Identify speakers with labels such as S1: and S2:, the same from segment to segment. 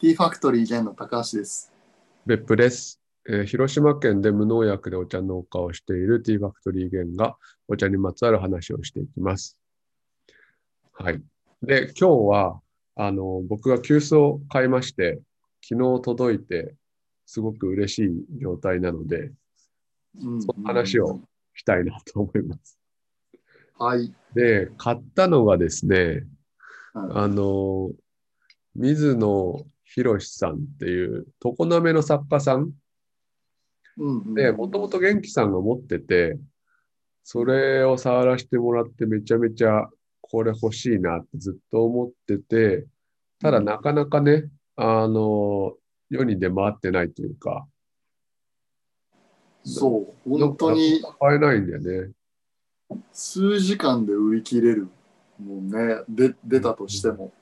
S1: T ファクトリー現の高橋です。
S2: 別府です、えー広島県で無農薬でお茶農家をしているティーファクトリーゲンがお茶にまつわる話をしていきます。はい。で、今日は、あの、僕が急須を買いまして、昨日届いて、すごく嬉しい状態なので、
S1: うん
S2: その話を。したいなと思います。
S1: はい。
S2: で、買ったのがですね、
S1: は
S2: あの、水野博さんっていう、常滑の作家さん
S1: うん
S2: で、もともと元気さんが持ってて、それを触らせてもらってめちゃめちゃこれ欲しいなってずっと思ってて、ただなかなかね、あの、世に出回ってないというか、
S1: そう、本当に
S2: 買えないんだよね。
S1: 数時間で売り切れる。もうね、で出たとしても、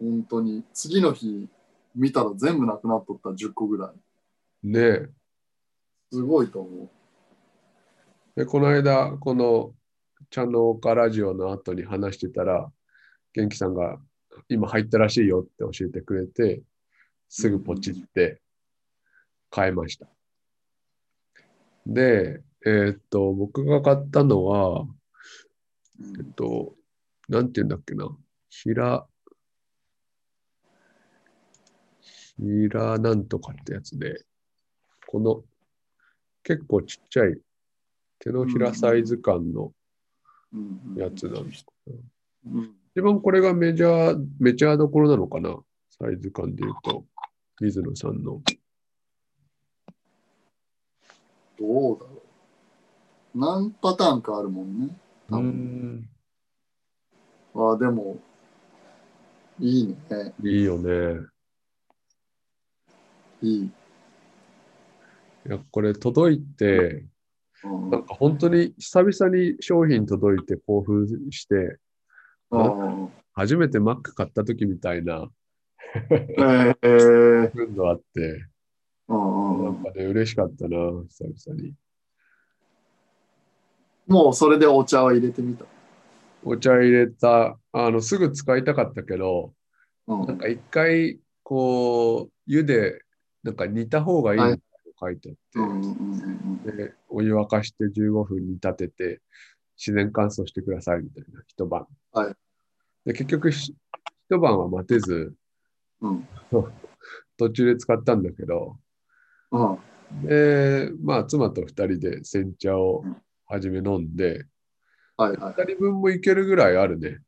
S1: 本当に、次の日見たら全部なくなっとった10個ぐらい。
S2: ねえ
S1: すごいと思う。
S2: で、この間、この茶農家ラジオの後に話してたら、元気さんが今入ったらしいよって教えてくれて、すぐポチって買いました。で、えーっと、僕が買ったのは、
S1: うん
S2: えっと、なんて言うんだっけな。ひら、ひらなんとかってやつで、この、結構ちっちゃい、手のひらサイズ感の
S1: うんうん
S2: やつなんです。
S1: うん
S2: 一番これがメジャー、メジャーどころなのかなサイズ感で言うと、水野さんの。
S1: どうだろう。何パターンかあるもんね。多分あ、でも、いいね。
S2: いいよね。
S1: いい。
S2: いや、これ届いて、
S1: うん
S2: なんか本当に久々に商品届いて興奮して、
S1: うん
S2: 初めて Mac 買った時みたいな
S1: えー
S2: 運動あって、
S1: うんうん
S2: な
S1: うん
S2: んかね、嬉しかったな、久々に。
S1: もうそれでお茶を入れてみた。
S2: お茶入れた、あの、すぐ使いたかったけど、
S1: うん
S2: なんか一回、こう、湯で、なんか煮た方がいいって書いてあ
S1: うん
S2: っ
S1: うんうん
S2: て、で、お湯沸かして15分煮立てて、自然乾燥してくださいみたいな、一晩。
S1: はい
S2: で、結局し、一晩は待てず、
S1: うん
S2: 途中で使ったんだけど、
S1: うんうん
S2: で、まあ、妻と二人で煎茶を初め飲んで、
S1: はいはい。
S2: 二人分もいけるぐらいあるね。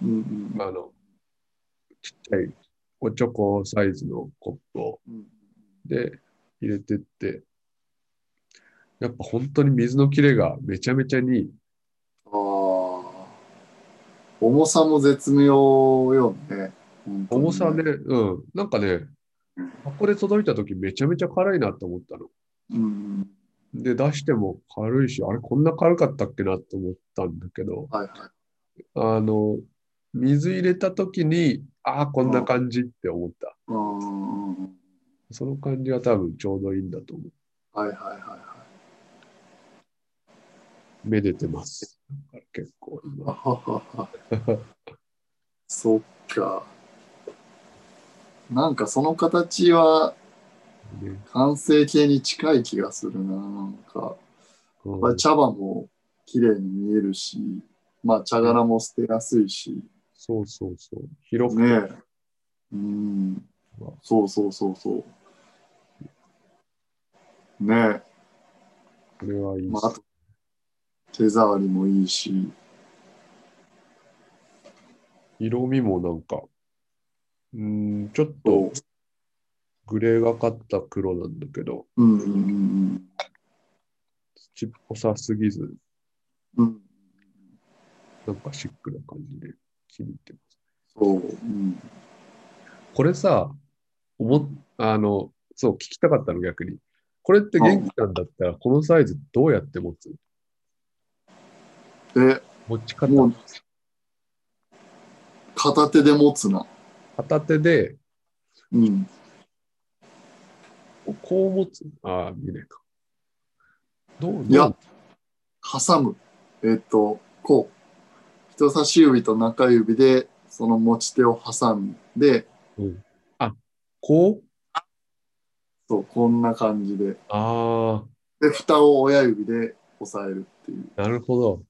S1: うんうん
S2: あの、ちっちゃいおちょこサイズのコップを。
S1: うん
S2: で、入れてって。やっぱ本当に水の切れがめちゃめちゃにいい。
S1: あー重さも絶妙よね。本当に
S2: 重さね、。うん。なんかね
S1: うん、
S2: 箱で届いた時めちゃめちゃ軽いなと思ったの。
S1: うん
S2: で、出しても軽いし、あれこんな軽かったっけなと思ったんだけど、
S1: はいはい。
S2: あの、水入れた時に、ああ、こんな感じって思った。
S1: うんうんうん
S2: その感じが多分ちょうどいいんだと思う。
S1: はいはいはいは
S2: めでてます。だから結構
S1: い
S2: 今
S1: あははは。そっか。なんかその形は
S2: ね。
S1: 完成形に近い気がするな。なんか。
S2: うん
S1: まあ、茶葉も綺麗に見えるし、まあ、茶殻も捨てやすいし、
S2: そうそうそう。広く、
S1: ねえ。うん。そうそうそうそう。ね
S2: これはいい
S1: え。
S2: し
S1: まあ、あと、手触りもいいし、
S2: 色味もなんか、うーん、ちょっとグレーがかった黒なんだけど、
S1: うんうんうん
S2: 土っぽさすぎず、
S1: うん。うん。
S2: なんかシックな感じで気に入ってま
S1: そう。うん。
S2: す。これさ、思っ、あの、そう、聞きたかったの逆に。これって元気なんだったら、このサイズどうやって持つ
S1: で、
S2: 持ち方、
S1: もう片手で持つな。
S2: 片手で、
S1: うん。
S2: こう持つああ、見ないか。どう
S1: いや
S2: どう
S1: 挟む。えっと、こう。人差し指と中指で、その持ち手を挟んで、
S2: あ、こう
S1: そう、こんな感じで。
S2: あ
S1: で、蓋を親指で押さえるっていう。
S2: あ、なるほど。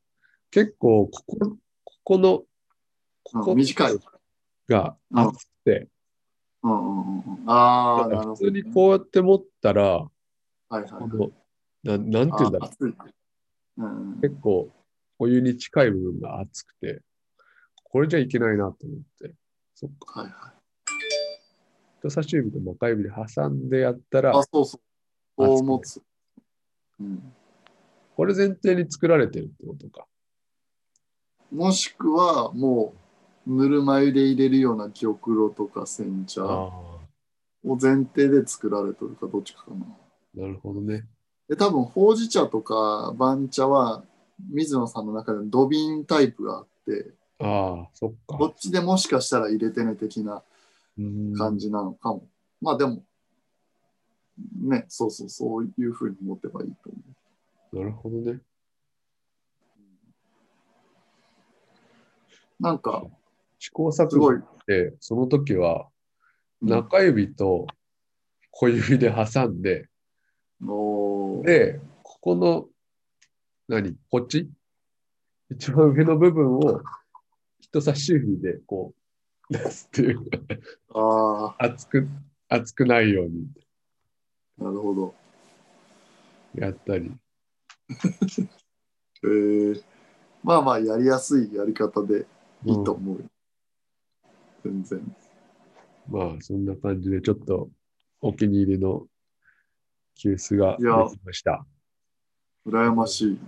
S2: 結構、ここ、ここの、こ
S1: う
S2: こ
S1: ん短い。
S2: が
S1: うん
S2: 厚くて、
S1: うんうんうんうん。ああ、なるほど。
S2: 普通にこうやって持ったら、
S1: はいはいは
S2: こ
S1: い。
S2: の、ななんていうんだ
S1: あ
S2: ろ
S1: 熱い。うんうん
S2: う、結構、お湯に近い部分が厚くて、これじゃいけないなと思って、そっか。
S1: はいはい。
S2: 人差し指と中指で挟んでやったら
S1: あ、、そうそう。こう持つ。うん。
S2: これ前提に作られてるってことか。
S1: もしくは、もう、ぬるま湯で入れるような玉露とか煎茶を
S2: あ
S1: 前提で作られてるか、どっちかかな。
S2: あ、なるほどね。
S1: で、多分、ほうじ茶とか番茶は、水野さんの中で土瓶タイプがあって、
S2: ああ、そっ
S1: こ
S2: か。
S1: っちでもしかしたら入れてね的な
S2: うん
S1: 感じなのかも。まあでも、ね、そうそう、そういうふうに持てばいいと思う。
S2: なるほどね。
S1: なんか、
S2: 試行
S1: す
S2: 錯誤
S1: ごい
S2: っ。て、その時は、
S1: うん
S2: 中指と小指で挟んで、
S1: おー
S2: で、ここの、何こっち一番上の部分を人差し指でこう、出すっていう。
S1: あ
S2: 熱く、熱くないように
S1: あ、なるほど。
S2: やったり。
S1: えー、まあまあやりやすいやり方でいいと思うよ、全然
S2: まあ、そんな感じで、ちょっとお気に入りの急須が
S1: い
S2: で
S1: や
S2: きました。
S1: 羨ましい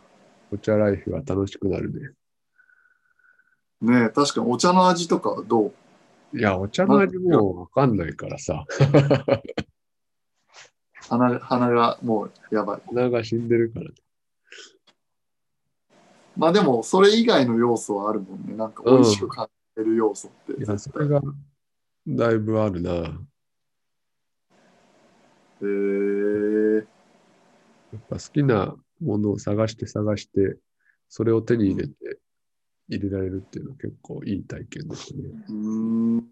S2: お茶ライフは楽しくなるね。
S1: ねえ確かにお茶の味とかはどう
S2: いや、お茶の味もうわかんないからさ、
S1: 鼻鼻がもうやばい
S2: 鼻が死んでるから。
S1: まあでもそれ以外の要素はあるもんねなんか美味しく感じる要素って
S2: いや、そ
S1: 絶対、
S2: れがだいぶあるな。
S1: えー、
S2: やっぱ好きなものを探して探して、それを手に入れて、入れられるっていうのは結構いい体験でしたね。
S1: うーん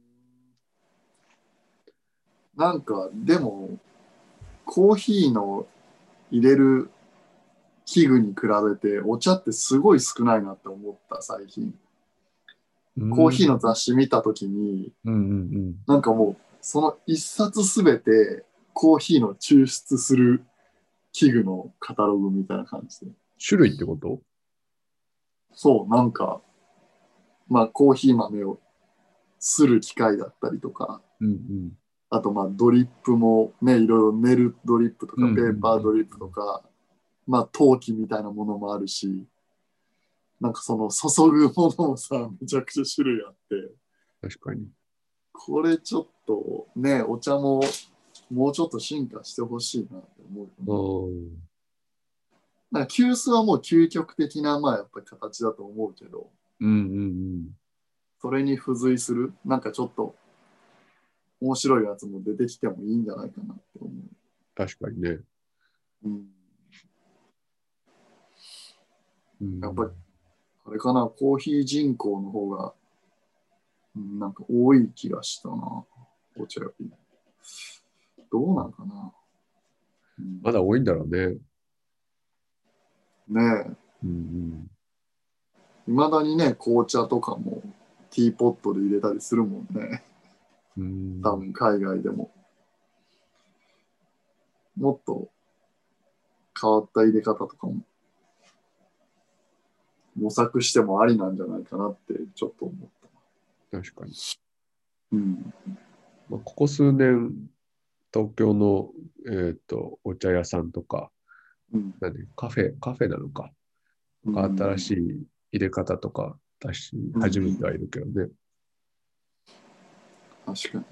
S1: なんかでもコーヒーの入れる器具に比べてお茶ってすごい少ないなって思った最近コーヒー
S2: の。
S1: の雑誌見たときに、
S2: うんうんうん。
S1: なんかもう、その一冊すべてコーヒーの抽出する器具のカタログみたいな感じで。
S2: 種類ってこと
S1: そう、なんか、まあコーヒー豆をする機械だったりとか、
S2: うんうん。
S1: あとまあドリップもね、いろいろ練るドリップとか、ペ
S2: うん
S1: ーパードリップとか、まあ陶器みたいなものもあるし、なんかその注ぐものもさ、めちゃくちゃ種類あって。
S2: 確かに。
S1: これちょっとね、お茶ももうちょっと進化してほしいなって思うよね。
S2: うん。
S1: なんか急須はもう究極的な、まあやっぱり形だと思うけど、
S2: うんうん
S1: それに付随する、なんかちょっと面白いやつも出てきてもいいんじゃないかなって思
S2: 確かにね。
S1: う。うん、
S2: うん、
S1: やっぱりあれかな、コーヒー人口の方が、うんなんか多い気がしたな、お茶より。どうなんかな。うん
S2: まだ多いんだろうね。
S1: ねえ。
S2: うん
S1: いまだにね紅茶とかもティーポットで入れたりするもんね
S2: うん。うん
S1: 多分海外でももっと変わった入れ方とかも模索してもありなんじゃないかなってちょっと思った
S2: 確かに。
S1: うん
S2: まあ、ここ数年、東京の、えっとお茶屋さんとか、
S1: うん
S2: なんでカフェ、カフェなのか、新し
S1: い
S2: い入れ方とか出し始めてはいるけどね。
S1: 確か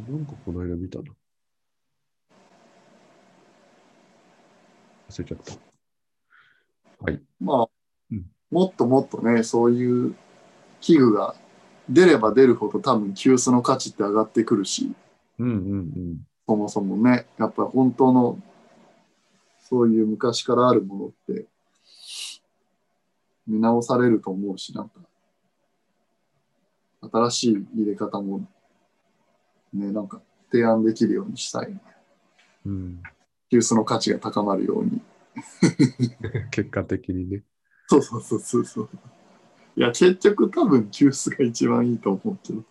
S1: に
S2: なんかこの間見たな。忘れちゃった。はい。
S1: まあ、
S2: うん
S1: もっともっとねそういう器具が出れば出るほど多分急須の価値って上がってくるし、
S2: うんうんうん。
S1: そもそもね、やっぱり本当の、そういう昔からあるものって、見直されると思うし、なんか、新しい入れ方も、ね、なんか、提案できるようにしたい。
S2: うん、
S1: 急須の価値が高まるように。
S2: 結果的にね。
S1: そうそうそうそうそう。いや、結局多分急須が一番いいと思うけど。
S2: い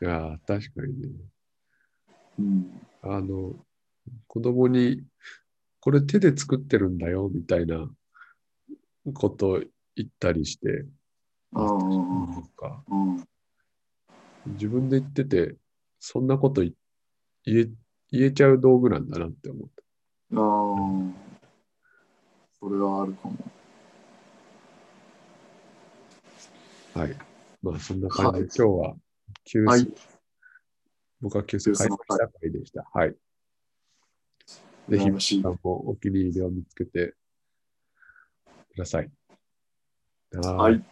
S2: やー、確かにね。
S1: うん。
S2: あの、子供に、これ手で作ってるんだよ、みたいなこと言ったりして、
S1: ああ、
S2: なんか、
S1: うん。
S2: 自分で言ってて、そんなことい言え、言えちゃう道具なんだなって思っ
S1: ああ。それはあるかも。
S2: た。はい。まあ、そんな感じ
S1: は
S2: で、
S1: い
S2: 今日は、急須、
S1: はい
S2: 僕は急須開発した回でした。はい。ぜひ、
S1: 羨ましい
S2: 皆さんもお気に入りを見つけてください。
S1: はい。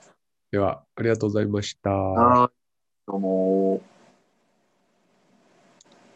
S2: では、ありがとうございました。
S1: はい。どうも。